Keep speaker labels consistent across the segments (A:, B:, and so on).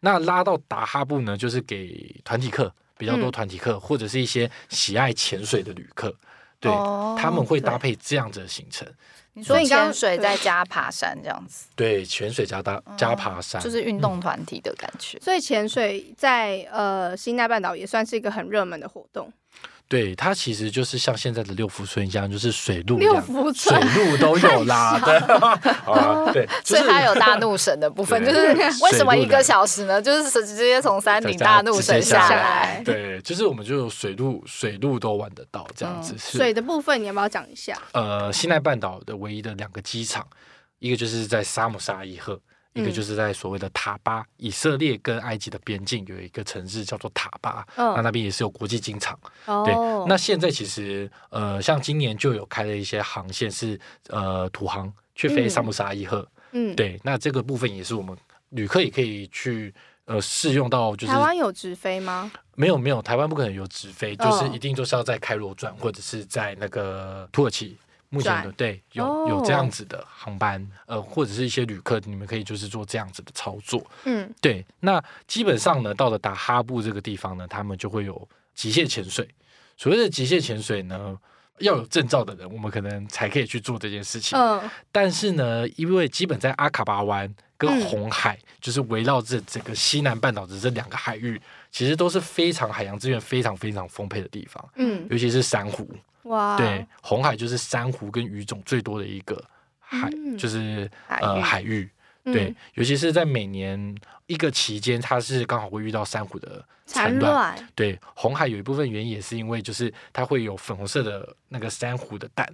A: 那拉到达哈部呢，就是给团体客比较多，
B: 嗯
A: 团体客、或者是一些喜爱潜水的旅客，对、
B: 哦
A: 他们会搭
B: 对
A: 配这样子的行程，
B: 你
C: 所
B: 说
C: 以你刚
B: 潜水再加爬山这样子，
A: 对，潜水加搭加爬山，
B: 哦就是运动团体的感觉。
C: 所以潜水在呃新奈半岛也算是一个很热门的活动。
A: 对，它其实就是像现在的六福村一样，就是水路这
C: 六
A: 样。
C: 福
A: 水
C: 村，
A: 路都有 啦，对啊，对， 就
B: 所以
A: 是
B: 它有大怒神的部分，就
A: 对
B: 是为
A: 水
B: 什么
A: 路
B: 一个
A: 的
B: 小时呢？就是直接从山顶
A: 再
B: 大怒神
A: 直接下
B: 下
C: 来
B: 来。
A: 对，就是我们就有水路，水路都玩得到这样
B: 嗯
A: 子。是
C: 水的部分你要不要讲一下？
A: 呃，西奈半岛的唯一的两个机场，一个就是在沙姆沙伊赫，一个
C: 嗯
A: 就是在所谓的塔巴，以色列跟埃及的边境有一个城市叫做塔巴，那
C: 嗯，
A: 那边也是有国际机场。对
C: 哦，
A: 啊那现在其实呃，像今年就有开了一些航线是呃土航去飞
C: 嗯
A: 沙姆沙伊赫，
C: 嗯，
A: 对，那这个部分也是我们旅客也可以去。呃，试用到就是
C: 台湾有直飞吗？
A: 没有没有，台湾不可能有直飞，就是
C: 哦
A: 一定就是要在开罗转或者是在那个土耳其。目前的
C: 转
A: 对有
C: 哦
A: 有这样子的航班，呃，或者是一些旅客，你们可以就是做这样子的操作。
C: 嗯，
A: 对，那基本上呢，到了达哈布这个地方呢，他们就会有极限潜水。所谓的极限潜水呢，要有证照的人，我们可能才可以去做这件事情。
C: 嗯，
A: 但是呢，因为基本在阿卡巴湾跟
C: 嗯
A: 红海，就是围绕着整个西南半岛的这两个海域，其实都是非常海洋资源非常非常丰沛的地方，
C: 嗯，
A: 尤其是珊瑚。
C: 哇，
A: 对，，红海就是珊瑚跟鱼种最多的一个海，
C: 嗯
A: 就是
B: 海
A: 呃
B: 域
A: 海域。对，
C: 嗯，
A: 尤其是在每年一个期间，它是刚好会遇到珊瑚的
C: 产
A: 产卵。
C: 卵，
A: 对，红海有一部分原因也是因为，就是它会有粉红色的那个珊瑚的蛋，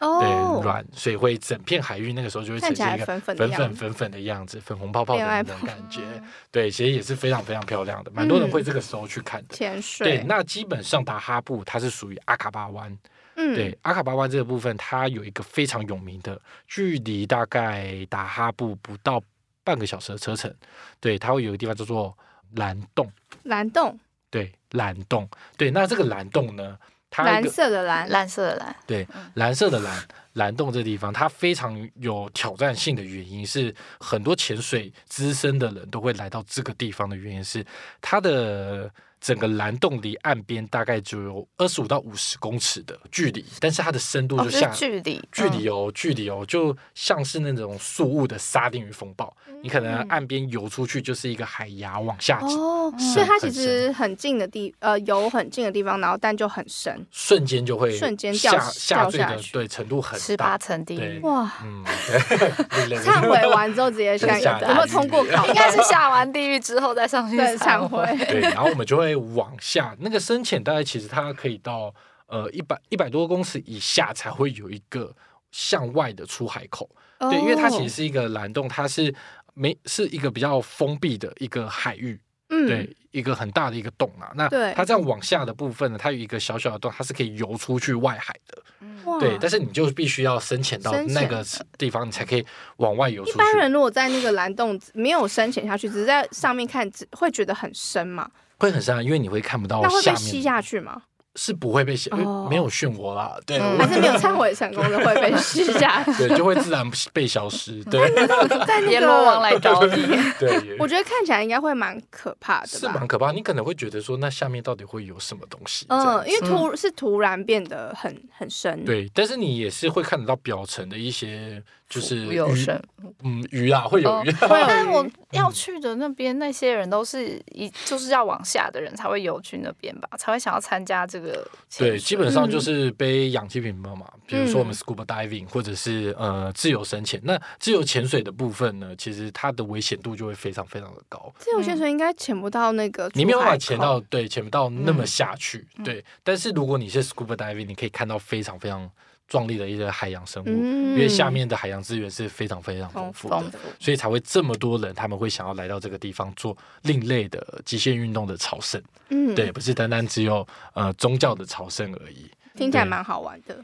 A: 对，
C: 哦，
A: 卵，所以会整片海域那个时候就会
C: 看
A: 呈
C: 起来
A: 现一个
C: 粉粉的
A: 粉粉
C: 样子，
A: 粉粉的样子，粉红泡泡的
C: 恋爱
A: 那种感觉。 对，其实也是非常非常漂亮的，蛮多人会这个时候去看的。
C: 嗯潜
A: 对，
C: 水，
A: 那基本上达哈布它是属于阿卡巴湾，
C: 嗯，
A: 对，阿卡巴湾这个部分，它有一个非常有名的，距离大概达哈布不到半个小时的车程，对，它会有一个地方叫做蓝洞，
C: 蓝洞，
A: 对，蓝洞，对，那这个蓝洞呢，它一
C: 蓝
A: 个
C: 色的蓝，
B: 蓝色的蓝，
A: 对蓝色的蓝蓝洞这地方，它非常有挑战性的原因是，很多潜水资深的人都会来到这个地方的原因是，它的整个蓝洞离岸边大概只有二十五到五十公尺的距离，但是它的深度
B: 哦，
A: 就
B: 就是
A: 下、
B: 距离，
A: 距
B: 嗯
A: 离哦，距离哦，就像是那种宿雾的沙丁鱼风暴，
C: 嗯
A: 你可能岸边游出去就是一个海崖往下挤，
C: 哦，所以它其实很近的地，呃，有很近的地方，然后但就很深，
A: 瞬间就会
C: 瞬间掉
A: 下
C: 掉
A: 下坠
C: 下
A: 的，
C: 去
A: 对，程度很
B: 十
A: 大。
B: 八层地
A: 对
B: 狱，
C: 哇，
A: 嗯， 对类似
C: 忏悔完之后直接
A: 就是下
C: 下，有没有通过考？
B: 应该是下完地狱之后再上去
C: 对忏
B: 悔。
C: 悔，
A: 对，然后我们就会往下，那个深浅大概其实它可以到呃一百一百多公尺以下才会有一个向外的出海口。对，因为它其实
C: 实，
A: 是一个蓝洞，它是没是一个比较封闭的一个海域。
C: 嗯，
A: 对，一个很大的一个洞啊。那
C: 对嗯
A: 它这样往下的部分呢，它有一个小小的洞，它是可以游出去外海的。
B: 嗯
C: 哇，
A: 对，但是你就必须要深潜到
C: 深
A: 那
C: 潜呃
A: 个地方，你才可以往外游出
C: 一
A: 去。
C: 般人如果在那个蓝洞没有深潜下去，只是在上面看，只会觉得很深嘛？
A: 会很深啊，因为你会看不到
C: 那会
A: 下
C: 被吸
A: 面，
C: 下去 吗？
A: 是不会被吸，因为
C: 哦
A: 没有漩涡啦。对，
B: 嗯
C: 还是没有忏悔成功的会被吸下 去？
A: 对，就会自然被消失。 对，
C: 在那
B: 阎罗王
C: 个，
B: 来 找你，
A: 对，
C: 我觉得看起来应该会蛮可怕的
A: 是
C: 吧？
A: 蛮可怕。你可能会觉得说，那下面到底会有什么东西？这样
C: 嗯，
A: 子
C: 因为突是突然变得很很深，，
A: 对，但是你也是会看得到表层的一些，就是
B: 不有
A: 鱼，
B: 生。
A: 嗯，鱼啊，会有
B: 哦
A: 鱼，
C: 会有
B: 但
C: 鱼
B: 我要去的那边那些人都是一就是要往下的人才会游去那边吧，才会想要参加这个潜水。
A: 对，基本上就
C: 嗯
A: 是背氧气瓶嘛嘛，比如说我们
C: 嗯
A: scuba diving 或者是呃自由深潜。那自由潜水的部分呢，其实它的危险度就会非常非常的高，
C: 自由
B: 嗯
C: 潜水应该潜不到那个，
A: 你没有办法潜到，对潜不到那么下去。对，但是如果你是 scuba diving，你可以看到非常非常壮丽的一些海洋生物，
C: 嗯
A: 因为下面的海洋资源是非常非常丰富
B: 丰
A: 的。
B: 富。
A: 所以才会这么多人，他们会想要来到这个地方做另类的极限运动的朝圣，
C: 嗯，
A: 对，，不是单单只有呃宗教的朝圣而已。
C: 听起来
A: 对
C: 蛮好玩的，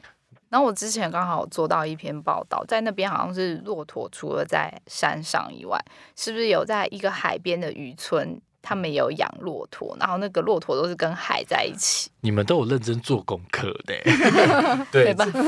B: 然后我之前刚好做到一篇报道，在那边好像是骆驼除了在山上以外，是不是有在一个海边的渔村他们也有养骆驼，然后那个骆驼都是跟海在一起。
A: 你们都有认真做功课的欸，
B: 没
A: 对，
B: 办法，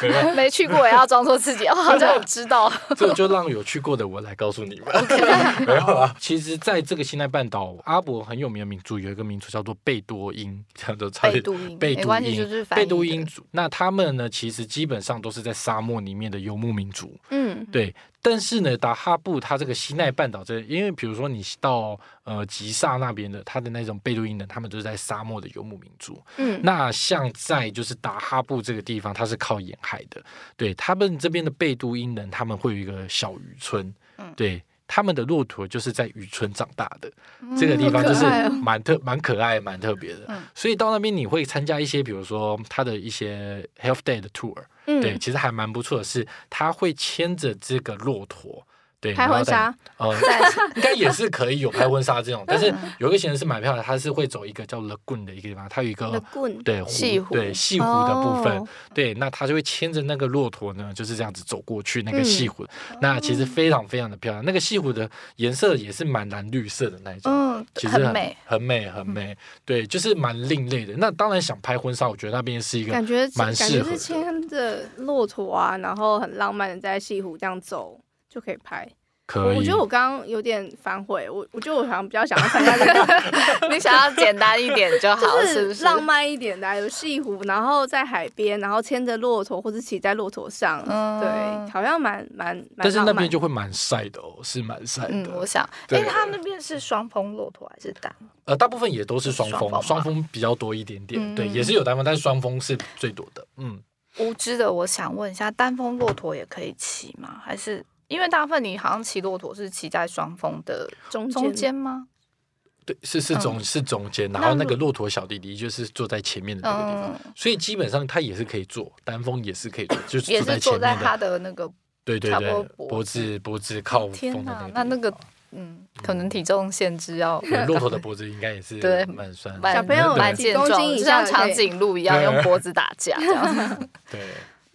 A: 没办法
B: 没去过也要装作自己哦，好 像有知道。
A: 这就让有去过的我来告诉你们。 没有啊，其实在这个西奈半岛，阿伯很有名的民族有一个民族叫做贝多因，叫做差
B: 贝
A: 点
B: 都因，
A: 贝
B: 没
A: 都
B: 关系，就
A: 因。
B: 是翻译
A: 贝都
B: 的
A: 因族，那他们呢，其实基本上都是在沙漠里面的游牧民族，
C: 嗯，
A: 对。但是呢，达哈布它这个西奈半岛这，因为比如说你到呃吉萨那边的，他的那种贝都因人，他们就是在沙漠的游牧民族。
C: 嗯，
A: 那像在就是达哈布这个地方，它是靠沿海的，对他们这边的贝都因人，他们会有一个小渔村，
B: 嗯
A: 对。他们的骆驼就是在渔村长大的，这个地方
C: 好可
A: 就是
C: 爱哦
A: 蛮特、蛮可爱、蛮特别的。
B: 嗯
A: 所以到那边你会参加一些，比如说他的一些 health day 的 tour，、
C: 嗯
A: 对，，其实还蛮不错的是。他会牵着这个骆驼，对，
C: 拍
A: 然后
C: 婚
A: 带
C: 纱，
A: 呃，应该也是可以有拍婚纱 这种，但是有一个行程是买票的，他是会走一个叫 Lagoon 的一个地方，它有一个
C: 那棍，
A: 对湖
B: 西湖
A: 对西湖的部分，
C: 哦
A: 对，那他就会牵着那个骆驼呢，就是这样子走过去那个
C: 嗯
A: 西湖，那其实非常非常的漂亮，那个西湖的颜色也是蛮蓝绿色的那一种。
B: 嗯，
A: 其实
B: 很美。，
A: 很美，很美，对，就是蛮另类的。那当然想拍婚纱，我觉得那边是一个
C: 感觉
A: 蛮
C: 感觉
A: 适合
C: 是
A: 的
C: 牵着骆驼啊，然后很浪漫的在西湖这样走就可以拍。
A: 可
C: 我
A: 以。
C: 我觉得我刚刚有点反悔，我我觉得我好像比较想要参加这 个，
B: 你想要简单一点就好，啊是
C: 就
B: 不
C: 是
B: 是？
C: 浪漫一点的啊、有西湖，然后在海边，然后牵着骆驼或者骑在骆驼上，
B: 嗯
C: 对，好像蛮蛮蛮。
A: 但是那边就会蛮晒的哦，是蛮晒的。
B: 嗯，我想，
A: 对
B: 哎，他那边是双峰骆驼还是单？
A: 呃，大部分也都是双
B: 双峰
A: 峰，
B: 吧
A: 双峰比较多一点点，
B: 嗯
A: 对，也是有单峰，但是双峰是最多的。嗯，
B: 无知的，我想问一下，单峰骆驼也可以骑吗？还是因为大部分你好像骑骆驼是骑在双峰的
C: 中
B: 中
C: 间
B: 间吗？
A: 对，是是中、是中间，然
B: 嗯那
A: 后
B: 如
A: 那个骆驼小弟弟就是坐在前面的那个地方，
B: 嗯，
A: 所以基本上他也是可以坐，单峰也是可以坐，就是
B: 也
A: 坐
B: 是
A: 在
B: 坐
A: 前
B: 在
A: 面
B: 他
A: 的，
B: 的那个，
A: 对对
B: 差不多
A: 对，
B: 脖
A: 脖子脖子靠
B: 天
A: 风的
B: 哪
A: 那个地方，哦
B: 那那个嗯，可能体重限制要
A: 对骆 驼的脖子应该也是
B: 对
A: 蛮酸，
B: 蛮
C: 小朋友
B: 蛮
A: 对
C: 几
B: 健
C: 公
B: 壮
C: 斤
B: 的，
C: 以
B: 就
C: 下
B: 像
C: 的
B: 长
C: 可以
B: 颈鹿一样
A: 对
B: 用脖子打架这样。
A: 对。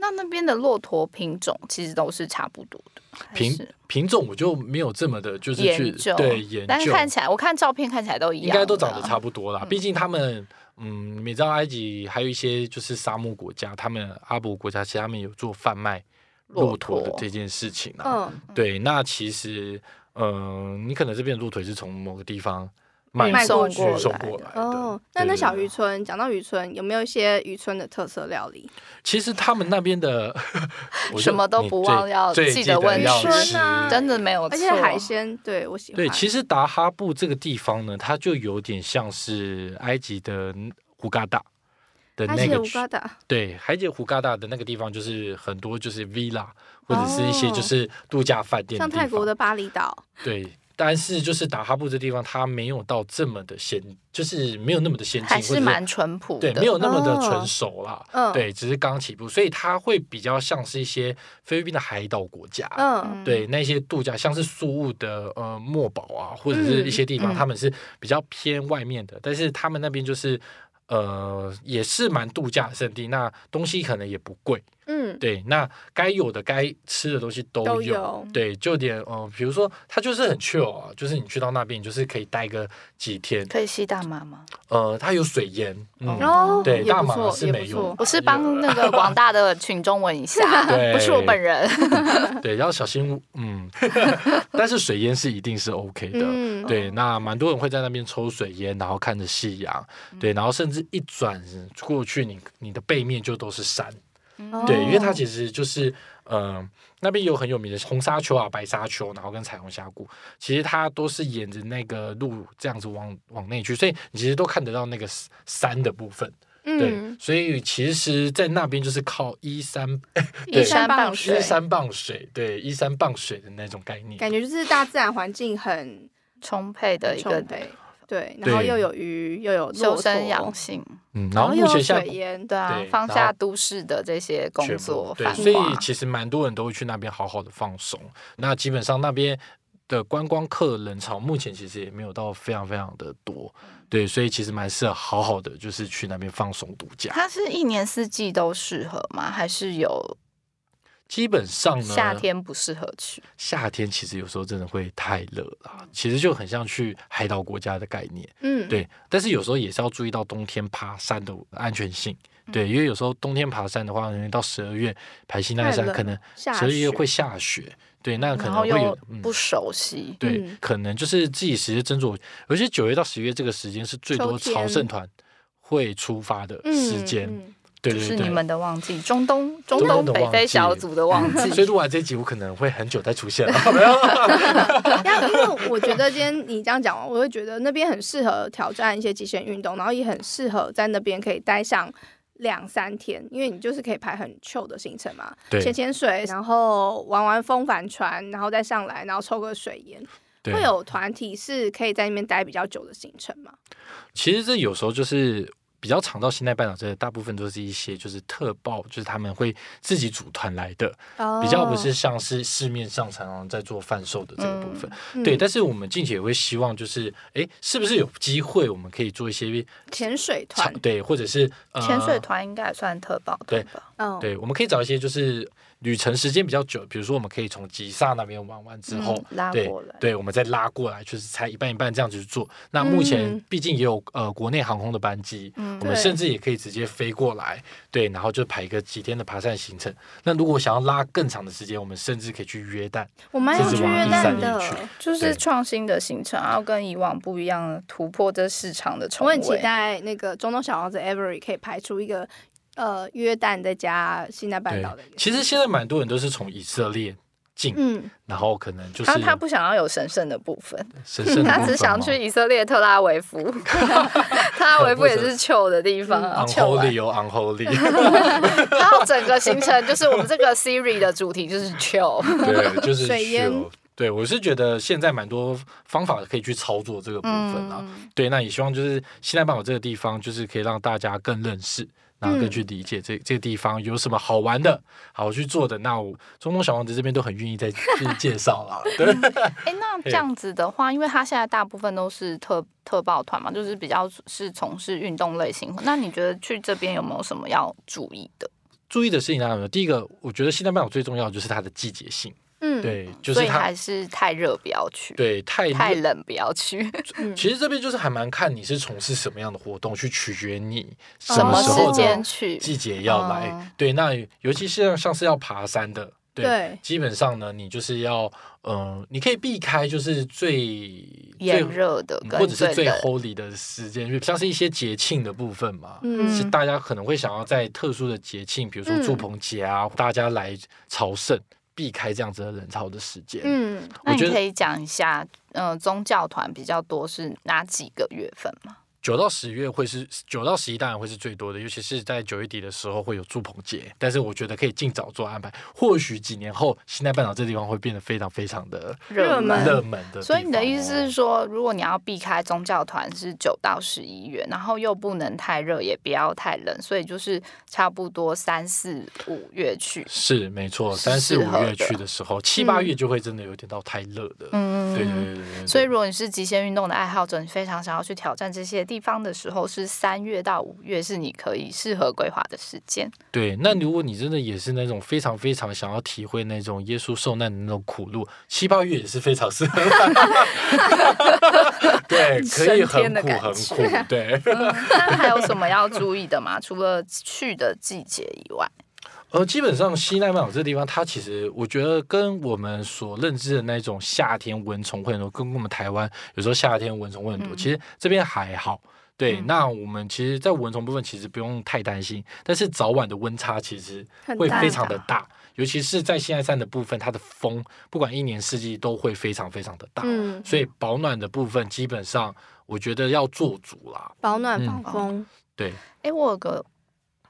B: 那那边的骆驼品种其实都是差不多的，还
A: 品
B: 是
A: 品种我就没有这么的，就是去
B: 研究
A: 对研
B: 但是
A: 究，
B: 看起来我看照片看起来都一样，
A: 应该都长得差。不多啦。毕竟他们，嗯，你知道埃及还有一些就是沙漠国家，他们阿拉伯国家其实他们有做贩卖骆驼
B: 骆
A: 的
B: 驼
A: 这件事情啊。
C: 嗯，
A: 对，那其实，嗯，你可能这边的骆驼是从某个地方
C: 卖
A: 过
C: 过
A: 去
C: 过
A: 送
B: 来
A: 过
B: 的
A: 来的。
C: 哦，那那
A: 对
C: 小渔。
A: 对对
C: 村，讲到渔村，有没有一些渔村的特色料理？
A: 其实他们那边的 我就
B: 什么都
A: 你
B: 不
A: 最
B: 忘要
A: 最
B: 记
A: 记
B: 得
A: 得
B: 问
A: 要
C: 渔村
A: 吃
C: 啊
B: 真的没有错，
C: 而且海鲜，对我喜欢。
A: 对，其实达哈布这个地方呢，它就有点像是埃及的胡嘎达的
C: 埃
A: 那
C: 及
A: 个
C: 的乌
A: 区
C: 嘎达，
A: 对，海姐胡嘎达的那个地方就是很多就是 villa 或者是一些
C: 哦
A: 就是度假饭店的
C: 像
A: 地方，
C: 泰国的巴厘岛，
A: 对。但是就是达哈布这地方，它没有到这么的先，就是没有那么的先进，
B: 还
A: 或者
B: 是蛮淳朴的，
A: 对，没有那么的
C: 哦
A: 成熟啦。
C: 嗯
A: 对，只是刚起步，所以它会比较像是一些菲律宾的海岛国家。
C: 嗯，
A: 对那些度假，像是苏雾的呃墨宝啊，或者是一些地方，
B: 嗯嗯
A: 他们是比较偏外面的，但是他们那边就是呃也是蛮度假的圣地，那东西可能也不贵，
C: 嗯，
A: 对，那该有的该吃的东西都有，嗯
C: 都有
A: 对，就点呃，比如说它就是很 chill 啊，就是你去到那边，你就是可以待个几天，
B: 可以吸大麻吗？
A: 呃，它有水淹，嗯，
B: 哦
C: 哦，
A: 对，
C: 也
A: 大
C: 不
A: 马
C: 错，
A: 是
C: 也
A: 没
C: 不
A: 有
C: 错，，
B: 我是帮那个广大的群众问一下
A: 对，
B: 不是我本人。
A: 对，要小心，嗯， 但是水淹是一定是 OK 的，
C: 嗯，
A: 对，
B: 哦
A: 那蛮多人会在那边抽水烟，然后看着夕阳，
B: 嗯
A: 对，然后甚至一转过去你，你的背面就都是山，
B: 嗯
C: 哦
A: 对，因为它其实就是，嗯、那边有很有名的红沙丘啊、白沙丘，然后跟彩虹峡谷，其实它都是沿着那个路这样子往往内去，所以你其实都看得到那个山的部分，对，
C: 嗯，
A: 所以其实，在那边就是靠依山
B: 依
A: 对
B: 山傍
A: 依
B: 水，
A: 山傍水，对，依山傍水的那种概念，
C: 感觉就是大自然环境很
B: 充沛的一个
C: 充沛，对，然后
A: 对
C: 又有鱼，又有骆
B: 修
C: 驼，
B: 身养性。
A: 嗯，然
C: 然
A: 后
C: 又
A: 目
C: 有
A: 前现
C: 水
A: 在
C: 淹，
B: 对啊
A: 对，
B: 放
A: 然
B: 下
A: 后
B: 都市的这些工
A: 全部
B: 作繁
A: 对，
B: 华。
A: 所以其实蛮多人都会去那边好好的放松。那基本上那边的观光客人潮目前其实也没有到非常非常的多，对，所以其实蛮适合好好的就是去那边放松度假。
B: 它是一年四季都适合吗？还是有
A: 基本上嗯呢，
B: 夏天不适合去。
A: 夏天其实有时候真的会太热了，其实就很像去海岛国家的概念。
C: 嗯，，
A: 对，但是有时候也是要注意到冬天爬山的安全性。
B: 嗯
A: 对，因为有时候冬天爬山的话，可能到十二月排西奈
C: 太
A: 山，
C: 冷
A: 可能
C: 下
A: 十二月
C: 雪
A: 会下雪。对，那可
B: 然
A: 能
B: 后
A: 会有
B: 又
A: 嗯
B: 不熟悉，
A: 对，
C: 嗯
A: 可能就是自己时间斟酌。而且九月到十月这个时间是最多
C: 秋天
A: 朝圣团会出发的
C: 嗯
A: 时间。
C: 嗯
A: 对
B: 就
A: 对
B: 是
A: 对，
B: 你们的旺季，中东中
A: 中
B: 东
A: 东的
B: 北
A: 旺
B: 非
A: 季
B: 小组的旺
A: 所以
B: 季。
A: 录完这一集，我可能会很久再出现 了。没有
C: 但因为我觉得今天你这样讲完，我会觉得那边很适合挑战一些极限运动，然后也很适合在那边可以待上两三天，因为你就是可以排很 chill 的行程嘛，
A: 对
C: 潜潜水，然后玩玩风帆船，然后再上来，然后抽个水烟，
A: 对
C: 会有团体是可以在那边待比较久的行程嘛？
A: 其实这有时候就是比较常到新代半岛这个，大部分都是一些就是特报，就是他们会自己组团来的，
C: 哦
A: 比较不是像是市面上常常在做贩售的这个部分。
C: 嗯
A: 对，但是我们近期也会希望就是，哎，是不是有机会我们可以做一些
C: 潜水团
A: 场，对，或者是呃
B: 潜水团应该也算特报
A: 对
B: 团吧？
C: 嗯，
A: 对，我们可以找一些就是旅程时间比较久，比如说我们可以从吉萨那边玩完之后，
B: 嗯拉
A: 对
B: 过来
A: 对，我们再拉过来，就是才一半一半这样子去做。那目前
C: 嗯
A: 毕竟也有呃国内航空的班机，
B: 嗯
A: 我们
C: 对
A: 甚至也可以直接飞过来，对，然后就排一个几天的爬山行程。那如果想要拉更长的时间，我们甚至可以去约旦，
C: 我蛮想
A: 甚
C: 去
A: 至往
C: 约
A: 伊
C: 旦
A: 斯
C: 的
A: 兰也。去
B: 就
A: 对
B: 是创新的行程，然后跟以往不一样，突破这市场的重
C: 我
B: 围。
C: 很期待那个中东小王子 Avery 可以排出一个呃约旦再加西奈半
A: 对
C: 岛的。，
A: 其实现在蛮多人都是从以色列进，
C: 嗯，
A: 然后可能就是
B: 他他不想要有神圣的部分，
A: 神圣的
B: 他
A: 部
B: 只
A: 分哦
B: 想
A: 嘛
B: 去以色列特拉维 夫，特拉维夫也是旧的地方啊，旧啊
A: unholy 哦 unholy，
B: 然后整个行程就是我们这个 series 的主题就是 chill，
A: 对，就是
C: 水淹
A: chill 对，我是觉得现在蛮多方法可以去操作这个部分啊。
B: 嗯
A: 对，那也希望就是西奈半岛这个地方，就是可以让大家更认
B: 嗯
A: 识，然后更去理解这、这个地方有什么好玩的、好去做的。那我中东小王子这边都很愿意 再去介绍啦。对，
B: 哎、那这样子的话，因为他现在大部分都是特特报团嘛，就是比较是从事运动类型。那你觉得去这边有没有什么要注意的？
A: 注意的事情呢，第一个，我觉得西奈半岛最重要的就是它的季节性，
C: 嗯，
A: 对，就
B: 所
A: 是
B: 以
A: 它
B: 还是太热不要去，
A: 对太
B: 太
A: 热
B: 冷不要去。
C: 嗯
A: 其实这边就是还蛮看你是从事什么样的活动，去取决你什
B: 什么
A: 么时候
B: 哦时
A: 的
B: 间去？
A: 季节要来。
B: 嗯
A: 对，那尤其是像是要爬山的，对，
C: 对
A: 基本上呢，你就是要，嗯、你可以避开就是最
B: 炎
A: 最
B: 热的
A: 嗯
B: 跟
A: 或者是
B: 最
A: 最
B: 冷
A: holy 的时间，就像是一些节庆的部分嘛。是
C: 嗯，
A: 大家可能会想要在特殊的节庆，比如说
C: 嗯
A: 祝棚节啊，大家来朝圣，避开这样子的人潮的时间。
C: 嗯，
B: 那
A: 我觉
B: 你
A: 得
B: 可以讲一下，呃，宗教团比较多是哪几个月份吗？
A: 九到十月会是九到十一，当然会是最多的，尤其是在九月底的时候会有祝棚节，但是我觉得可以尽早做安排，或许几年后西奈半岛这地方会变得非常非常的
C: 热门
A: 热门的地方哦、
B: 所以你的意思是说，如果你要避开宗教团是九到十一月，然后又不能太热，也不要太冷，所以就是差不多三四五月去。
A: 是没错，
B: 是
A: 三四
B: 适合
A: 五
B: 的
A: 月去的时候，七八月就会真的有点到太热的，
B: 嗯，
A: 对对对对对对。
B: 所以，如果你是极限运动的爱好者，你非常想要去挑战这些地方的时候，是三月到五月是你可以适合规划的时间。
A: 对，那如果你真的也是那种非常非常想要体会那种耶稣受难的那种苦路，七八月也是非常适 合。对，可以很
B: 升天的
A: 苦
B: 感
A: 很
B: 觉
A: 苦，对。
B: 嗯那还有什么要注意的吗？ 除了去的季节以外，
A: 呃，基本上西奈半岛这地方，它其实我觉得跟我们所认知的那种夏天蚊虫会很多，跟我们台湾有时候夏天蚊虫会很多，
B: 嗯
A: 其实这边还好。对，
B: 嗯
A: 那我们其实，在蚊虫部分其实不用太担心，但是早晚的温差其实
C: 很
A: 会
C: 大
A: 非常的大，尤其是在西奈山的部分，它的风不管一年四季都会非常非常的大，
C: 嗯，
A: 所以保暖的部分基本上我觉得要做足啦。
C: 保暖
A: 嗯
C: 防风，
A: 对，
B: 诶，我有个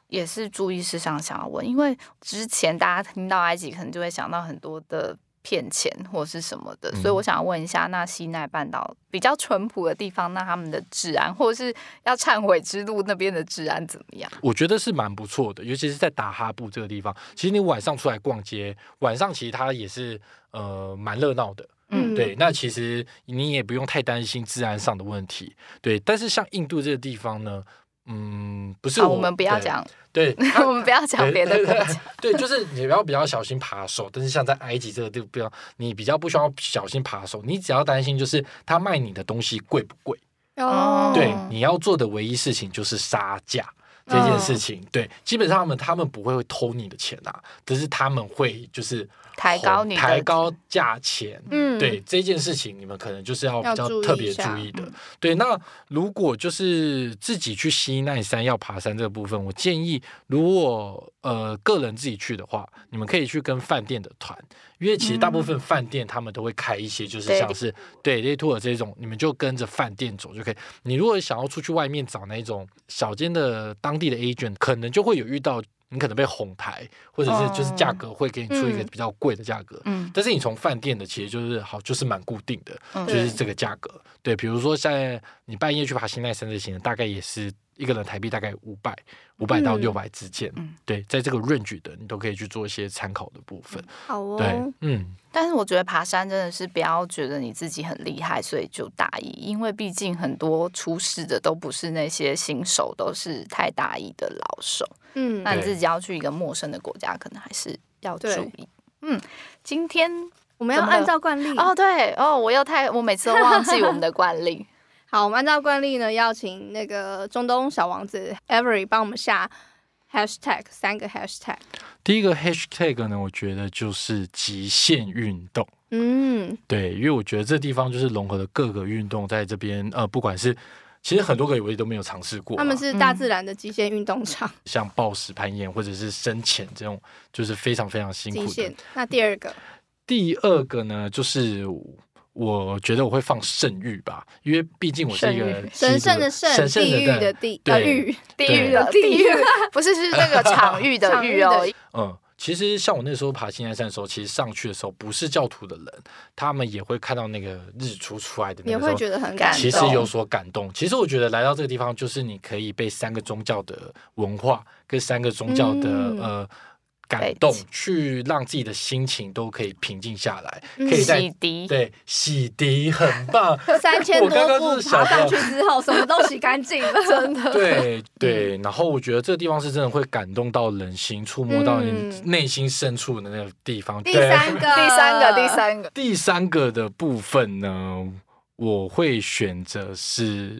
B: 也是注意事项想要问，因为之前大家听到埃及，可能就会想到很多的骗钱或是什么的，所以我
A: 嗯
B: 想要问一下，那西奈半岛比较淳朴的地方，那他们的治安，或者是要忏悔之路那边的治安怎么样？
A: 我觉得是蛮不错的，尤其是在达哈布这个地方。其实你晚上出来逛街，晚上其实它也是呃蛮热闹的。
C: 嗯
A: 对，那其实你也不用太担心治安上的问题。对，但是像印度这个地方呢，嗯，不是
B: 好，
A: 我
B: 我们不要
A: 对
B: 讲，
A: 对，
B: 我们不要 讲别的国家。
A: 对，就是你要比较小心扒手，但是像在埃及这个地方，你比较不需要小心扒手，你只要担心就是他卖你的东西贵不贵。
C: 哦，
A: 对，你要做的唯一事情就是杀价这件
B: 嗯
A: 事情。对，基本上他们他们不会偷你的钱啊，只是他们会就是
B: 抬高你的
A: 抬高价钱。
C: 嗯，
A: 对这件事情，你们可能就是要比
C: 要
A: 较
C: 注意
A: 特别
C: 一
A: 注
C: 下嗯
A: 意的。对，那如果就是自己去西奈山要爬山这个部分，我建议如果呃个人自己去的话，你们可以去跟饭店的团，因为其实大部
C: 嗯
A: 分饭店他们都会开一些，就是
B: 对
A: 像是对 day tour 这种，你们就跟着饭店走就可以。你如果想要出去外面找那种小间的当地的 agent，可能就会有遇到。你可能被哄抬，或者是就是价
B: 哦
A: 格会给你出一个
C: 嗯
A: 比较贵的价格，
B: 嗯
A: 但是你从饭店的其实就是好，就是蛮固定的，
B: 嗯
A: 就是这个价格。对，比如说像你半夜去爬新奈山的行程，大概也是一个人台币大概五百五百到
C: 嗯
A: 六百之间。
B: 嗯
A: 对，在这个 range 的，你都可以去做一些参考的部分。
C: 好哦
A: 对，，嗯，
B: 但是我觉得爬山真的是不要觉得你自己很厉害，所以就大意，因为毕竟很多出事的都不是那些新手，都是太大意的老手。
C: 嗯，
B: 那你
A: 对
B: 自己要去一个陌生的国家，可能还是要注
C: 对
B: 意。嗯，今天
C: 我们要
B: 怎么了
C: 按照惯例
B: 哦，对哦，我又太我每次都忘记我们的惯例。
C: 好，我们按照惯例呢，要请那个中东小王子 Avery 帮我们下 hashtag 三个 hashtag。
A: 第一个 hashtag 呢，我觉得就是极限运动。
C: 嗯，
A: 对，因为我觉得这地方就是融合了各个运动在这边，呃，不管是其实很多个我也都没有尝试过啦，
C: 他们是
B: 嗯
C: 大自然的极限运动场，
A: 像暴食攀岩或者是深潜这种，就是非常非常辛
C: 极
A: 苦的
C: 限。那第二个，
A: 第二个呢，就是我觉得我会放圣域吧，因为毕竟我是一个
B: 圣
A: 基督
C: 神
B: 域
C: 圣的
A: 神，
C: 圣，
A: 圣
C: 地狱的地，
A: 对
C: 呃狱，
B: 地
A: 对
B: 狱的
C: 地狱
B: 地狱，不是是那个场域的
C: 场域
B: 域
C: 的
B: 哦，
A: 嗯，其实像我那时候爬新山山的时候，其实上去的时候不是教徒的人，他们也会看到那个日出出来的
C: 也
A: 那个
C: 会
A: 时候。
C: 觉得很感
B: 感动
A: 其实有所感动。其实我觉得来到这个地方，就是你可以被三个宗教的文化跟三个宗教的、
C: 嗯
A: 呃感动
B: 背景，
A: 去让自己的心情都可以平静下来，
C: 嗯
A: 可以在
B: 洗涤。
A: 对洗涤，很 棒。
C: 三千
A: 我刚
C: 多
A: 刚
C: 步
A: 就是
C: 爬
A: 想
C: 上
A: 到
C: 去之后，什么都洗干净 了，真的。
B: 嗯
A: 对对，然后我觉得这个地方是真的会感动到人心，触摸到你
C: 嗯
A: 内心深处的那个地方。
C: 第
A: 对
C: 三个，
B: 第三个，第，三个，
A: 第三个的部分呢，我会选择 是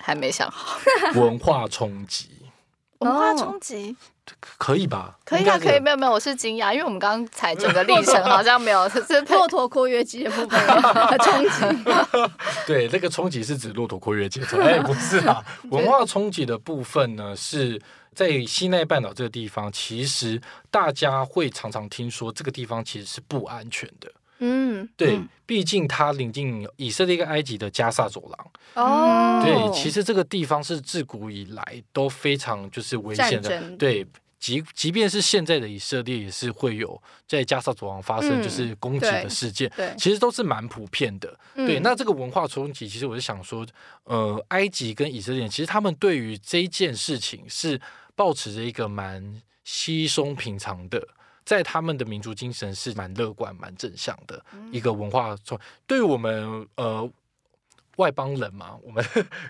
B: 还没想好。
A: 文化冲击，
B: 文化冲击
A: 可以吧？
B: 可以
A: 应该
B: 啊，
A: 是
B: 可以，没有没有，我是惊讶，因为我们刚刚才整个历 程好像没有，是
C: 骆驼括约肌的 部分冲击，
A: 对，那个冲击是指骆驼括约肌 冲击，哎，不是啦。文化冲击的部分呢，是在西奈半岛这个地方，其实大家会常常听说这个地方其实是不安全的。
C: 嗯，
A: 对
B: 嗯，
A: 毕竟它临近以色列跟埃及的加萨走廊。
C: 哦，
A: 对，其实这个地方是自古以来都非常就是危险
C: 战
A: 的。
C: 争
A: 对，即即便是现在的以色列，也是会有在加沙走廊发生
C: 嗯
A: 就是攻击
C: 对
A: 的事件。
C: 对，
A: 其实都是蛮普遍的，对。
C: 嗯
A: 那这个文化冲击，其实我是想说，呃，埃及跟以色列，其实他们对于这一件事情是保持着一个蛮稀松平常的，在他们的民族精神是蛮乐观、蛮正向的一个文化冲。对于我们呃外邦人嘛，我们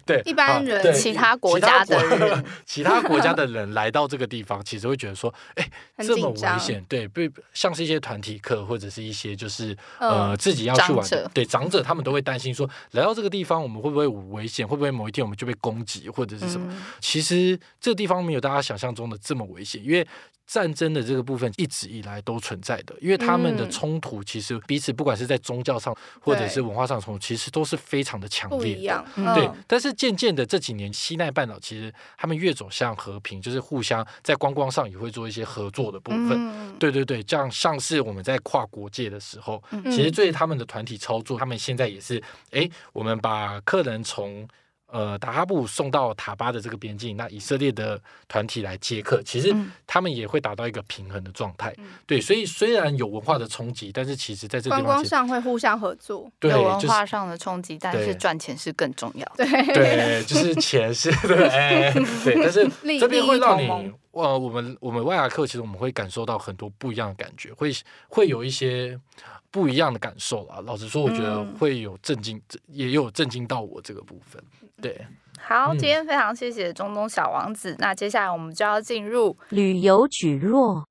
A: 对
C: 一般
A: 啊
C: 人
A: 对
B: 其他国家的
A: 其他国
B: 人
A: 其他国家的人来到这个地方，其实会觉得说，哎、
C: 很
A: 这么
C: 紧张
A: 危险，对，被像是一些团体课或者是一些就是、
C: 嗯
A: 呃自己要去玩
B: 长
A: 的
B: 者，
A: 对长者他们都会担心说，来到这个地方我们会不会有危险，会不会某一天我们就被攻击或者是什么？
B: 嗯
A: 其实这个地方没有大家想象中的这么危险，因为。战争的这个部分一直以来都存在的，因为他们的
C: 嗯
A: 冲突其实彼此不管是在宗教上或者
C: 对
A: 是文化上的冲突，其实都是非常的强
C: 不
A: 烈
C: 一
A: 的。
C: 样，
B: 嗯
A: 对
C: 嗯，
A: 但是渐渐的这几年，西奈半岛其实他们越走向和平，就是互相在观光上也会做一些合作的部分。
B: 嗯，
A: 对对对，这样像是我们在跨国界的时候，
B: 嗯
A: 其实对他们的团体操作，他们现在也是，哎，我们把客人从呃达哈布送到塔巴的这个边境，那以色列的团体来接客，其实
B: 嗯
A: 他们也会达到一个平衡的状态。
B: 嗯
A: 对，所以虽然有文化的冲击，但是其实在这个
C: 观
A: 地方
C: 光
A: 其实，
C: 上会互相合作，
A: 对，
B: 有
A: 就
B: 文
A: 是
B: 化上的冲击，但是
A: 对
B: 赚钱是更重要的。
C: 对，
A: 对，就是钱是 对，哎对，但是
C: 利
A: 这边会让
C: 利益
A: 你
C: 同盟
A: 呃，我们我们外亚客其实我们会感受到很多不一样的感觉，会会有一些不一样的感受啦。老实说，我觉得
B: 嗯
A: 会有震惊，也有震惊到我这个部分。对，
B: 好，
A: 嗯
B: 今天非常谢谢中东小王子。那接下来我们就要进入
D: 旅游举弱，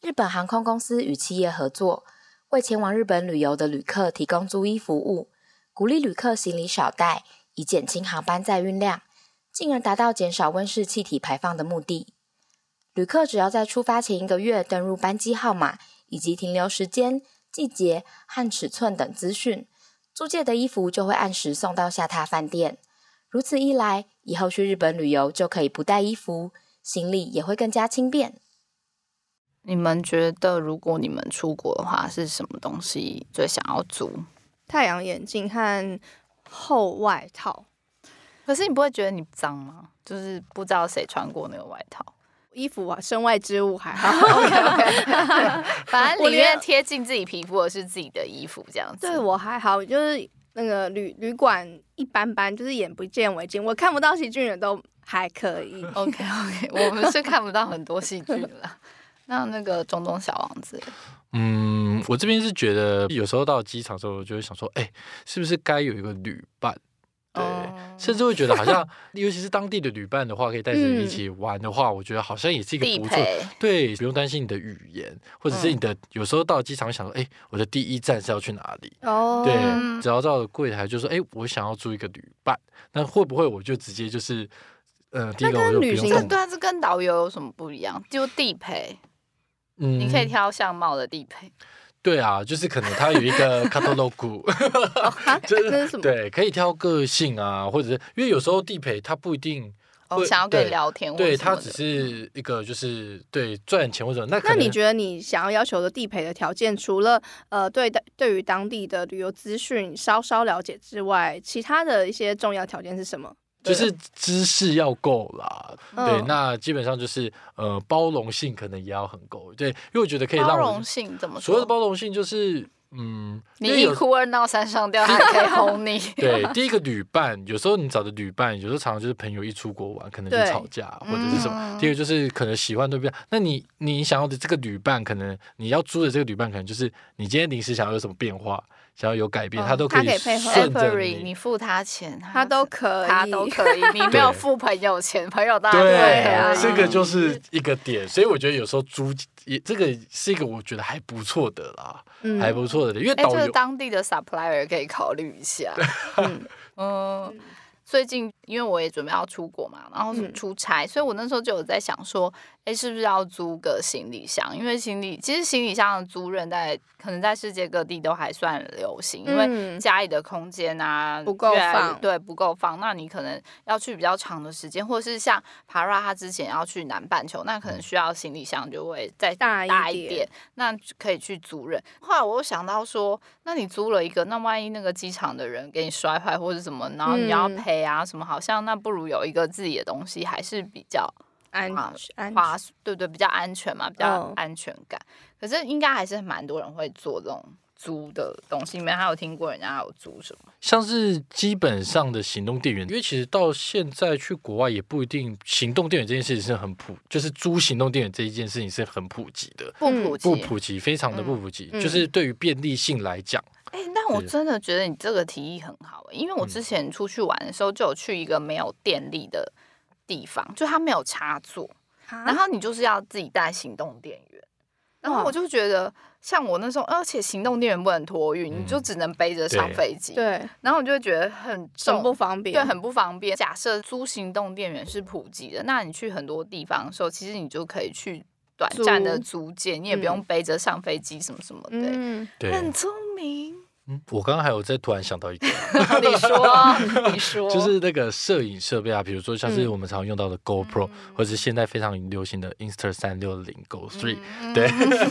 E: 日本航空公司与企业合作，为前往日本旅游的旅客提供租衣服务，鼓励旅客行李少带，以减轻航班载运量，进而达到减少温室气体排放的目的。旅客只要在出发前一个月登入班机号码以及停留时间、季节和尺寸等资讯，租借的衣服就会按时送到下榻饭店。如此一来，以后去日本旅游就可以不带衣服，行李也会更加轻便。
B: 你们觉得，如果你们出国的话，是什么东西最想要租？
C: 太阳眼镜和厚外套。
B: 可是你不会觉得你脏吗？就是不知道谁穿过那个外 套。
C: 衣服啊，身外之物还好。
B: OK OK，反 正
C: 我
B: 里
C: 连
B: 面贴近自己皮肤的是自己的衣服，这样子。
C: 对我还好，就是那个旅旅馆一般般，就是眼不见为净，我看不到细菌的都还可 以。
B: OK OK，我们是看不到很多戏剧啦。那那个中东小王子，
A: 嗯，我这边是觉得有时候到机场的时候，我就会想说，哎、是不是该有一个旅伴？对，
B: 嗯
A: 甚至会觉得好像， 尤其是当地的旅伴的话，可以带着你一
C: 嗯
A: 起玩的话，我觉得好像也是一
B: 地
A: 个不错
B: 陪。
A: 对，不用担心你的语言，或者是
C: 嗯
A: 你的、有时候到机场想说，哎、我的第一站是要去哪里？
C: 哦
A: 对，
B: 嗯
A: 只要到柜台就说，哎、我想要住一个旅伴，那会不会我就直接就是，呃，第一个
C: 跟
A: 我就不
C: 旅
A: 用
C: 行
B: 这
A: 动
B: 对，啊，这跟导游有什么不一样？就地陪，
A: 嗯
B: 你可以挑相貌的地陪。
A: 对啊，就是可能它有一 个 catalog，
C: 啊，那是什么？
A: 对，可以挑个性啊，或者是因为有时候地陪他不一定
B: 我
A: 会
B: 哦想要跟你
A: 对
B: 聊
C: 哦
B: 天，
A: 对他只是一个就是对赚钱或者那可
C: 嗯那
A: 能
C: 你觉得你想要要求的地陪的条件，除了呃对的对于当地的旅游资讯稍稍了解之外，其他的一些重要条件是什么？
A: 就是知识要够啦，
C: 嗯
A: 对，那基本上就是呃包容性可能也要很够，对，因为我觉得可以
B: 包
A: 让
B: 容
A: 我
B: 性怎么
A: 所谓的
B: 说？
A: 包容性就是嗯，
B: 你
A: 因为有
B: 一哭二闹三上吊，他也 可以哄你。
A: 对，第一个旅伴，有时候你找的旅伴，有时候常常就是朋友一出国玩，可能就
C: 对
A: 吵架或者是什么。
B: 嗯
A: 第二个就是可能喜欢对不一样，那你你想要的这个旅伴，可能你要租的这个旅伴，可能就是你今天临时想要有什么变化，想要有改变，
B: 嗯
A: 他都
C: 他
A: 以
C: 可以配合
A: 顺着
B: Avery，你
A: 你。
B: 付他钱，
C: 他都可以，
B: 他都可以，你没有
A: 对
B: 付朋友钱，朋友当然
C: 对
B: 啊
A: 对，。
C: 是
A: 这个就是一个点，所以我觉得有时候租也这个是一个我觉得还不错的啦，
C: 嗯
A: 还不错的，因为
B: 哎，
A: 导
B: 这个
A: 游
B: 当地的 supplier 可以考虑一下。
C: 嗯
B: 嗯，最近因为我也准备要出国嘛，然后
C: 嗯
B: 出差，所以我那时候就有在想说，哎，是不是要租个行李箱？因为行李其实行李箱的租赁在可能在世界各地都还算流行，因为
C: 嗯
B: 家里的空间啊
C: 不够
B: 越来越
C: 放
B: 对，不够放。那你可能要去比较长的时间，或是像 Para 他之前要去南半球，那可能
A: 嗯
B: 需要行李箱就会再
C: 大一
B: 大一
C: 点
B: 点，那就可以去租人。后来我又想到说，那你租了一个，那万一那个机场的人给你摔坏或者什么，然后你要
C: 嗯
B: 赔啊什么，好像那不如有一个自己的东西还是比较
C: 安
B: 啊
C: 安
B: 划，对对，比较安全嘛，比较
C: 嗯
B: 安全感。可是应该还是蛮多人会做这种租的东西，你们还有听过人家有租什么？
A: 像是基本上的行动电源，因为其实到现在去国外也不一定行动电源这件事情是很普，就是租行动电源这一件事情是很普及的，
B: 不
C: 嗯
B: 普及，
A: 不普及，非常的不普及。
C: 嗯
A: 就是对于便利性来讲，
B: 哎、但我
A: 是
B: 真的觉得你这个提议很好、欸因为我之前出去玩的时候就有去一个没有电力的地方，就它没有插座，然
C: 然
B: 后你就是要自己带行动电源。然后
C: 哇
B: 我就觉得，像我那时候，而且行动电源不能托运，你就
A: 嗯
B: 只能背着上
A: 对
B: 飞机。，
C: 对
B: 然后我就会觉得很重，
C: 很不方便，
B: 对，很不方便。假设租行动电源是普及的，那你去很多地方的时候，其实你就可以去短暂的租借，你也不用背着上飞机什么什么的。
C: 嗯，
A: 对，
B: 很聪明，
A: 嗯我刚刚还有在突然想到一个，
B: 你说，你 说，
A: 就是那个摄影设备啊，比如说像是
C: 嗯
A: 我们常用到的 GoPro，、或者
B: 嗯
A: 是现在非常流行的 Insta 三六零 Go Three，、对，
B: 嗯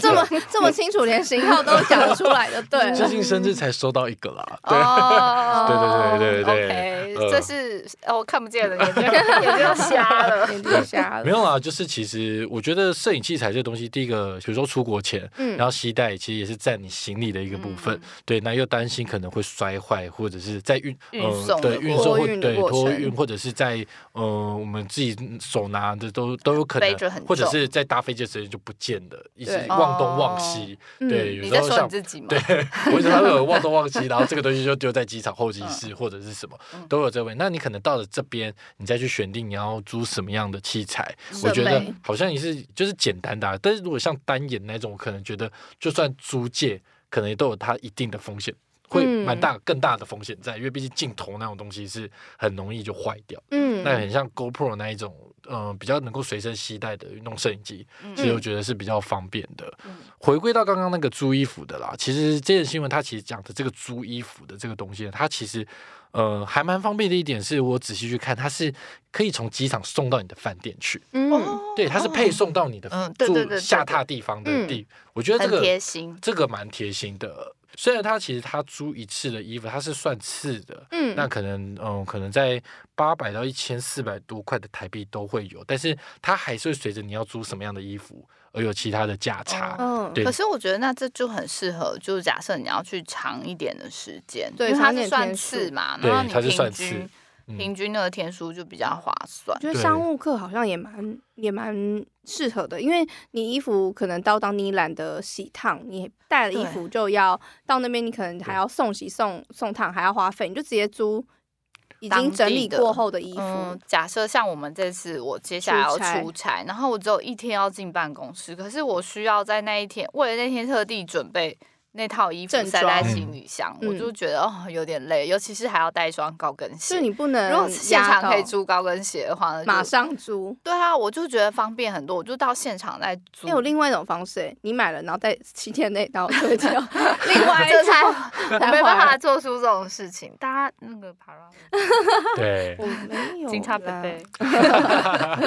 C: 这么这么清楚，连型号都讲 得出来的，对了，
A: 最近甚至才收到一个啦，对。
B: 哦，
A: 对对对对对
B: OK，
A: 呃
B: 这是哦，我看不见了，眼睛眼 睛要瞎了。
C: 眼睛瞎
A: 没
C: 了。
A: 有啊，就是其实我觉得摄影器材这东西，第一个比如说出国前，
C: 嗯
A: 然后携带其实也是占你行李的一个部
B: 嗯
A: 分，对，那又担心可能会摔坏，或者是在运呃
B: 运送的
A: 对
B: 过
A: 运送
C: 托
A: 或
C: 运的
A: 对
C: 过
A: 托
C: 程
A: 运，或者是在呃我们自己手拿的都都有可
B: 背着
A: 能
B: 很，
A: 或者
B: 重
A: 是在搭飞机的时候就不见了，一直
C: 对
A: 忘东忘
B: 哦
A: 西，
C: 嗯
A: 对，有
B: 你
A: 时
B: 在
A: 候
B: 说
A: 像
B: 你自己吗？
A: 对， 我常常会有忘东忘西，然后这个东西就丢在机场候机
B: 嗯
A: 室或者是什么，都有这位。那你可能到了这边，你再去选定你要租什么样的器材，我
C: 设
A: 觉得
C: 备
A: 好像也是就是简单的啊、但是如果像单眼那种，我可能觉得就算租借，可能也都有它一定的风险。会蛮大、更大的风险在，因为毕竟镜头那种东西是很容易就坏掉。
C: 嗯
A: 那很像 GoPro 那一种，嗯、比较能够随身携带的运动摄影机，其实我觉得是比较方便的。嗯回归到刚刚那个租衣服的啦，其实这件新闻它其实讲的这个租衣服的这个东西，它其实呃还蛮方便的一点是，我仔细去看，它是可以从机场送到你的饭店去，
C: 嗯，
A: 对，它是配送到你的
B: 哦嗯对
A: 住
B: 对对对对嗯
A: 下榻地方的地，我觉得这
B: 很
A: 个
B: 贴心。
A: 这个蛮贴心的。虽然它其实它租一次的衣服，它是算次的，
C: 嗯
A: 那可能嗯，可能在八百到一千四百多块的台币都会有，但是它还是会随着你要租什么样的衣服而有其他的价差。
B: 哦
C: 嗯
A: 对
B: 可是我觉得那这就很适合，就是假设你要去长一点的时间，
C: 对
B: 因为它
C: 长一
B: 是
C: 点
B: 算
C: 天
B: 次
C: 数
B: 嘛，
A: 对
B: 然后你
A: 它是
B: 平
A: 算次
B: 均、
A: 嗯
B: 平均那个天数就比较划算
C: 我。觉得
A: 对
C: 商务课好像也蛮也蛮适合的，因为你衣服可能到当你懒得洗烫，你带了衣
B: 对
C: 服就要到那边，你可能还要送洗送送烫，还要花费，你就直接租已经整理过后的衣服。
B: 嗯，假设像我们这次，我接下来要
C: 出差
B: 出差，然后我只有一天要进办公室，可是我需要在那一天，为了那天特地准备那套衣服
C: 正
B: 塞在
C: 装
B: 行李箱，
C: 嗯
B: 我就觉得哦有点累，尤其是还要带一双高跟
C: 就
B: 鞋。
C: 是你不能
B: 如果是现场可以
C: 租，
B: 租高跟鞋的话，那就
C: 马上租。
B: 对啊，我就觉得方便很多，我就到现场再
C: 哎
B: 租。
C: 也有另外一种方式、欸你买了然后在七天内到退掉， 另外
B: 这
C: 一
B: 才
C: 种
B: 我没办法做出这种事情。大家那个爬拉
A: 对，
C: 我没有
B: 警察贝
C: 啦
B: 贝，
A: 然后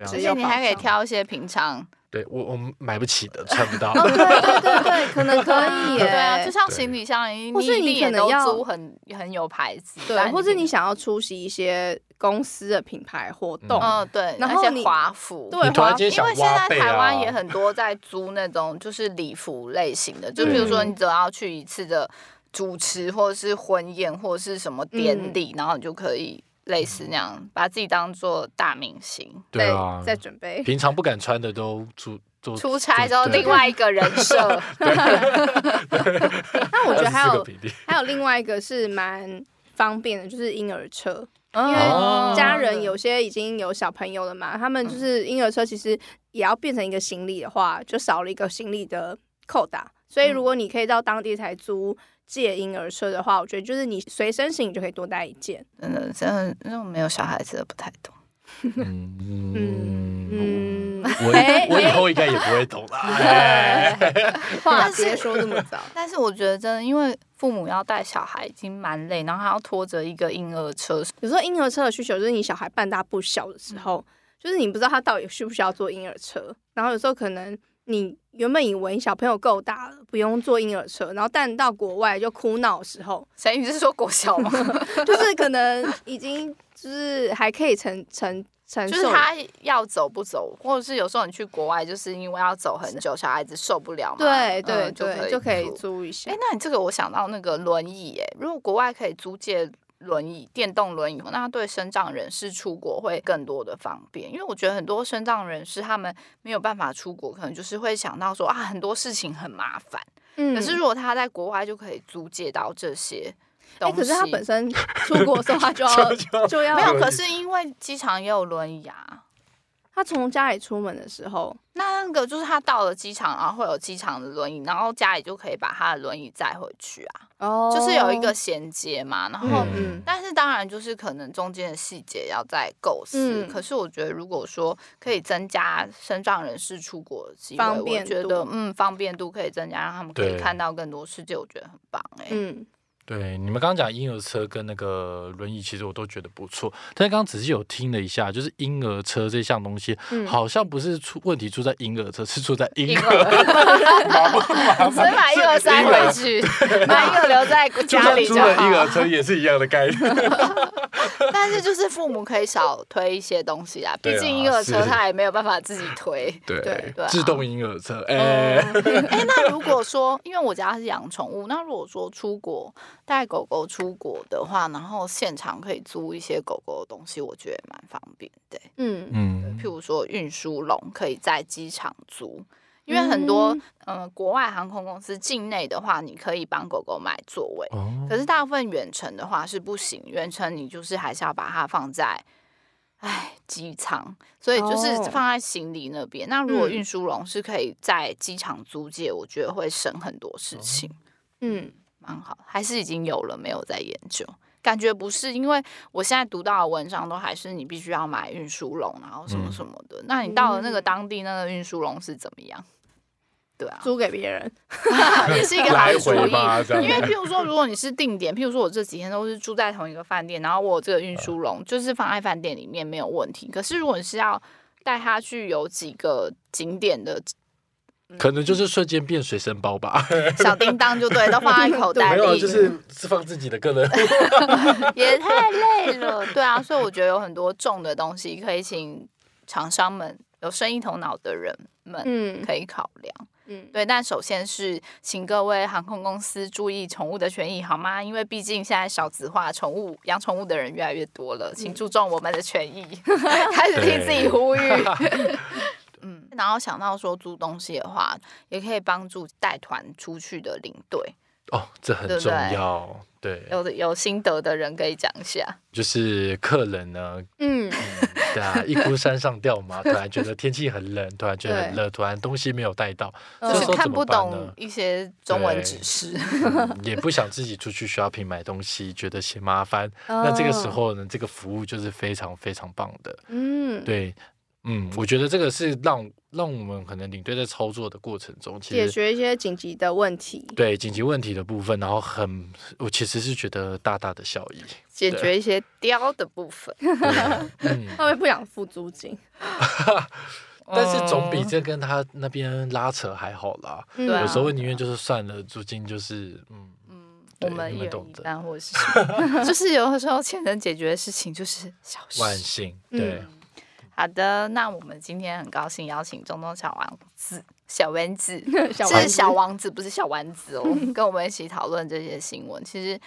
B: 而且你还可以挑一些平常
A: 对我我们买不起的，穿不到。
C: 哦， 对对对 对，可能可以欸耶，
B: 对啊，就像
A: 对
B: 行李箱，你
C: 或是
B: 一
C: 你
B: 定也
C: 可能
B: 都
C: 要
B: 租很很有牌子，
C: 对，或是你，想要出席一些公司的品牌活动，
B: 嗯对，
C: 然
B: 而
C: 后
B: 且
C: 你
B: 华服，
C: 对
A: 你突然间
B: 因
A: 想
B: 为现
A: 挖
B: 在
A: 背
B: 台
A: 啊
B: 湾也很多在租那种就是礼服类型的，就比如说
C: 嗯
B: 你只要去一次的主持或者是婚宴或者是什么典礼，然后你就可以类似那样把自己当做大明星。
A: 对啊，
C: 再再准备。
A: 平常不敢穿的都租租
B: 出差之后，
A: 对
B: 另外一个人 设，
C: 但我 觉得还
A: 24个
C: 有
A: 比例
C: 还有另外一个是蛮方便的，就是婴儿车，
B: 因
C: 因
A: 哦嗯
C: 为家人有些已经有小朋友了嘛，他们就是婴儿车其实也要变成一个行李的话，就少了一个行李的扣打。所以
A: 嗯
C: 如果你可以到当地才租借婴儿车的话，我觉得就是你随身行李就可以多带一件。
B: 真的真的那种没有小孩子的不太懂。
A: 嗯嗯
C: 嗯嗯，
A: 我
C: 哎
A: 我以后应该也不会懂啦。哎
C: 话别说这么早。
B: 但是我觉得真的，因为父母要带小孩已经蛮累，然后还要拖着一个婴儿车，
C: 有时候婴儿车的需求就是你小孩半大不小的时候，
B: 嗯
C: 就是你不知道他到底需不需要坐婴儿车。然后有时候可能你原本以为小朋友够大了，不用坐婴儿车，然后但到国外就哭闹的时 候，
B: 谁？你是说国小吗？
C: 就是可能已经就是还可以承承承
B: 就是
C: 受。
B: 他要走不走，或者是有时候你去国外，就是因为要走很久，小孩子受不了嘛，
C: 对
B: 嗯
C: 对
B: 可
C: 对，
B: 以
C: 就可以
B: 租。
C: 租一下
B: 哎、。那你这个我想到那个轮椅、哎，如果国外可以租借轮椅、电动轮椅，那对身障人士出国会更多的方便，因为我觉得很多身障人士他们没有办法出国，可能就是会想到说啊，很多事情很麻烦。
C: 嗯
B: 可是如果他在国外就可以租借到这些
C: 哎、
B: 东西，
C: 可是他本身出国的时候，他就 要就
B: 没
C: 要
B: 有，可是因为机场也有轮椅啊。
C: 他从家里出门的时候，
B: 那那个就是他到了机场，然后会有机场的轮椅，然后家里就可以把他的轮椅载回去啊，
C: 哦
B: 就是有一个衔接嘛。然后，
A: 嗯
B: 但是当然就是可能中间的细节要再构思。
C: 嗯
B: 可是我觉得，如果说可以增加身障人士出国的机
C: 方
B: 会，我
C: 便
B: 觉
C: 度
B: 得嗯方便度可以增加，让他们可
A: 对
B: 以看到更多世界，我觉得很棒哎、
C: 嗯，
A: 对，你们刚刚讲婴儿车跟那个轮椅，其实我都觉得不错。但是刚刚仔细有听了一下，就是婴儿车这项东西，
C: 嗯
A: 好像不是出问题出在婴儿车，是出在婴
B: 婴
A: 儿
B: 儿，
A: 麻不麻
B: 所以
A: 烦？
B: 把婴儿塞回去，把婴儿留在
A: 就
B: 家
A: 算
B: 里
A: 出
B: 好
A: 了。婴儿车也是一样的概念。
B: 但是就是父母可以少推一些东西啊，
A: 对
B: 毕
A: 啊
B: 竟婴儿车
A: 是
B: 他也没有办法自己推。
A: 对
B: 对啊
A: 自动婴儿车，哎、
B: 哎、那如果说，因为我家是养宠物，那如果说出国带狗狗出国的话，然后现场可以租一些狗狗的东西，我觉得也蛮方便的、
C: 嗯，
A: 嗯
B: 譬，如说运输笼可以在机场租，因为很多
C: 嗯
B: 嗯、呃国外航空公司境内的话，你可以帮狗狗买座位，
C: 嗯
A: 哦
B: 可是大部分远程的话是不行，远程你就是还是要把它放在。唉，机舱，所以就是
C: 哦
B: 放在行李那边。那如果
C: 嗯
B: 运输笼是可以在机场租借，我觉得会省很多事
C: 哦
B: 情，
C: 嗯，
B: 蛮好。还是已经有了，没有在研究，感觉不是，因为我现在读到的文章都还是你必须要买运输笼，然后什么
A: 嗯
B: 什么的。那你到了那个
C: 嗯
B: 当地，那个运输笼是怎么样？对啊，
C: 租给别人，
B: 也是一个好
A: 来
B: 的主
A: 回
B: 意。
A: 吧，这样
B: 因为譬如说，如果你是定点，譬如说我这几天都是住在同一个饭店，然后我有这个运输
A: 嗯
B: 笼就是放在饭店里面没有问题。可是如果你是要带他去有几个景点的
A: 可能就是瞬间变随身包吧，
B: 小叮当，就对，都放在口 袋
A: 没
B: 里，
A: 有，就是是放自己的个人。
B: 也太累了。对啊，所以我觉得有很多重的东西可以请厂商们有生意头脑的人们
C: 嗯
B: 可以考量。
C: 嗯，
B: 对，但首先是请各位航空公司注意宠物的权益，好吗？因为毕竟现在少子化，宠物养宠物的人越来越多了，请注重我们的权益。 开始替自己呼 吁。嗯，然后想到说租东西的话，也可以帮助带团出去的领队，
A: 哦，这很
B: 对不
A: 重
B: 对
A: 要。对，
B: 有的有心得的人可以讲一下。
A: 就是客人呢，
C: 嗯，
A: 对啊，一哭山上吊 嘛，突然觉得天气很冷，突然觉得很
C: 对
A: 热，突然东西没有带到，这
C: 嗯
B: 就
A: 时
B: 是
A: 候
B: 看
A: 怎
B: 不
A: 么办呢
B: 懂？一些中文
A: 对
B: 指示，
A: 嗯也不想自己出去 shopping 买东西，觉得嫌麻 烦。
C: 哦
A: 那这个
B: 嗯
A: 时候呢，这个服务就是非常非常棒的。
C: 嗯，
A: 对，嗯，我觉得这个是让让我们可能领队在操作的过程中，其
C: 解
A: 实
C: 决一些紧急的问题，
A: 对紧急问题的部分，然后很，我其实是觉得大大的效益。
B: 解决一些雕的部分，
A: 对嗯，
C: 他会不想付租金，
A: 但
C: 哦
A: 是总比这跟他那边拉扯还好啦。
C: 嗯
B: 对啊
A: 有时候我宁愿就是算了，租金就是嗯，
B: 嗯，我
A: 对
B: 们
A: 你
B: 一
A: 们
B: 人
A: 懂
B: 一
A: 得
B: 半，或 者是什么就是有的时候钱能解决的事情就是小
A: 万
B: 事。
A: 幸。对，
C: 嗯
B: 好的，那我们今天很高兴邀请中东小王子、小丸子，
C: 小
B: 是
C: 丸子
B: 小王子，不是小丸子哦，跟我们一起讨论这些新闻。其实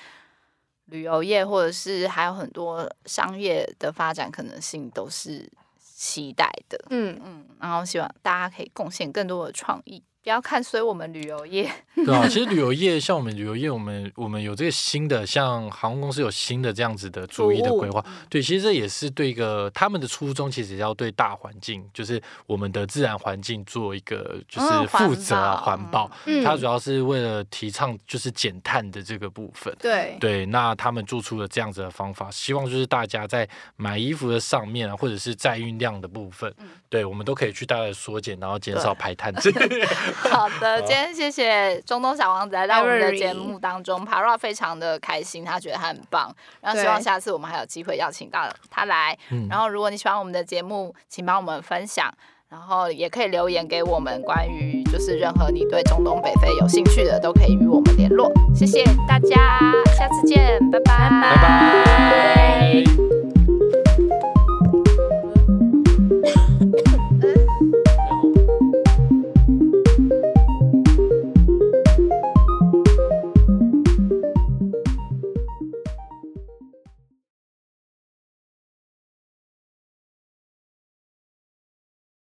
B: 旅游业或者是还有很多商业的发展可能性都是期待的。
C: 嗯，
B: 嗯，然后希望大家可以贡献更多的创意，不要看衰我们旅游业。
A: 对啊，其实旅游业像我们旅游业，我们我们有这个新的，像航空公司有新的这样子的注意的
C: 服务嗯
A: 规划。对，其实这也是对一个他们的初衷，其实要对大环境，就是我们的自然环境做一个就
B: 嗯
A: 是
B: 环
A: 负责啊，
B: 保
A: 环保。
C: 哦嗯
A: 它主要是为了提倡就是减碳的这个部分。
C: 对，
A: 对，那他们做出了这样子的方法，希望就是大家在买衣服的上面啊，或者是载运量的部分，对我们都可以去大概缩减，然后减少排碳。
B: 好的，今天谢谢中东小王子来到我们的节目当中，Para 非常的开心，他觉得他很棒，然后希望
C: 对
B: 下次我们还有机会邀请到他来。
A: 嗯
B: 然后如果你喜欢我们的节目，请帮我们分享。然后也可以留言给我们，关于就是任何你对中东北非有兴趣的，都可以与我们联络。谢谢大家，下次见，拜拜
A: 拜拜。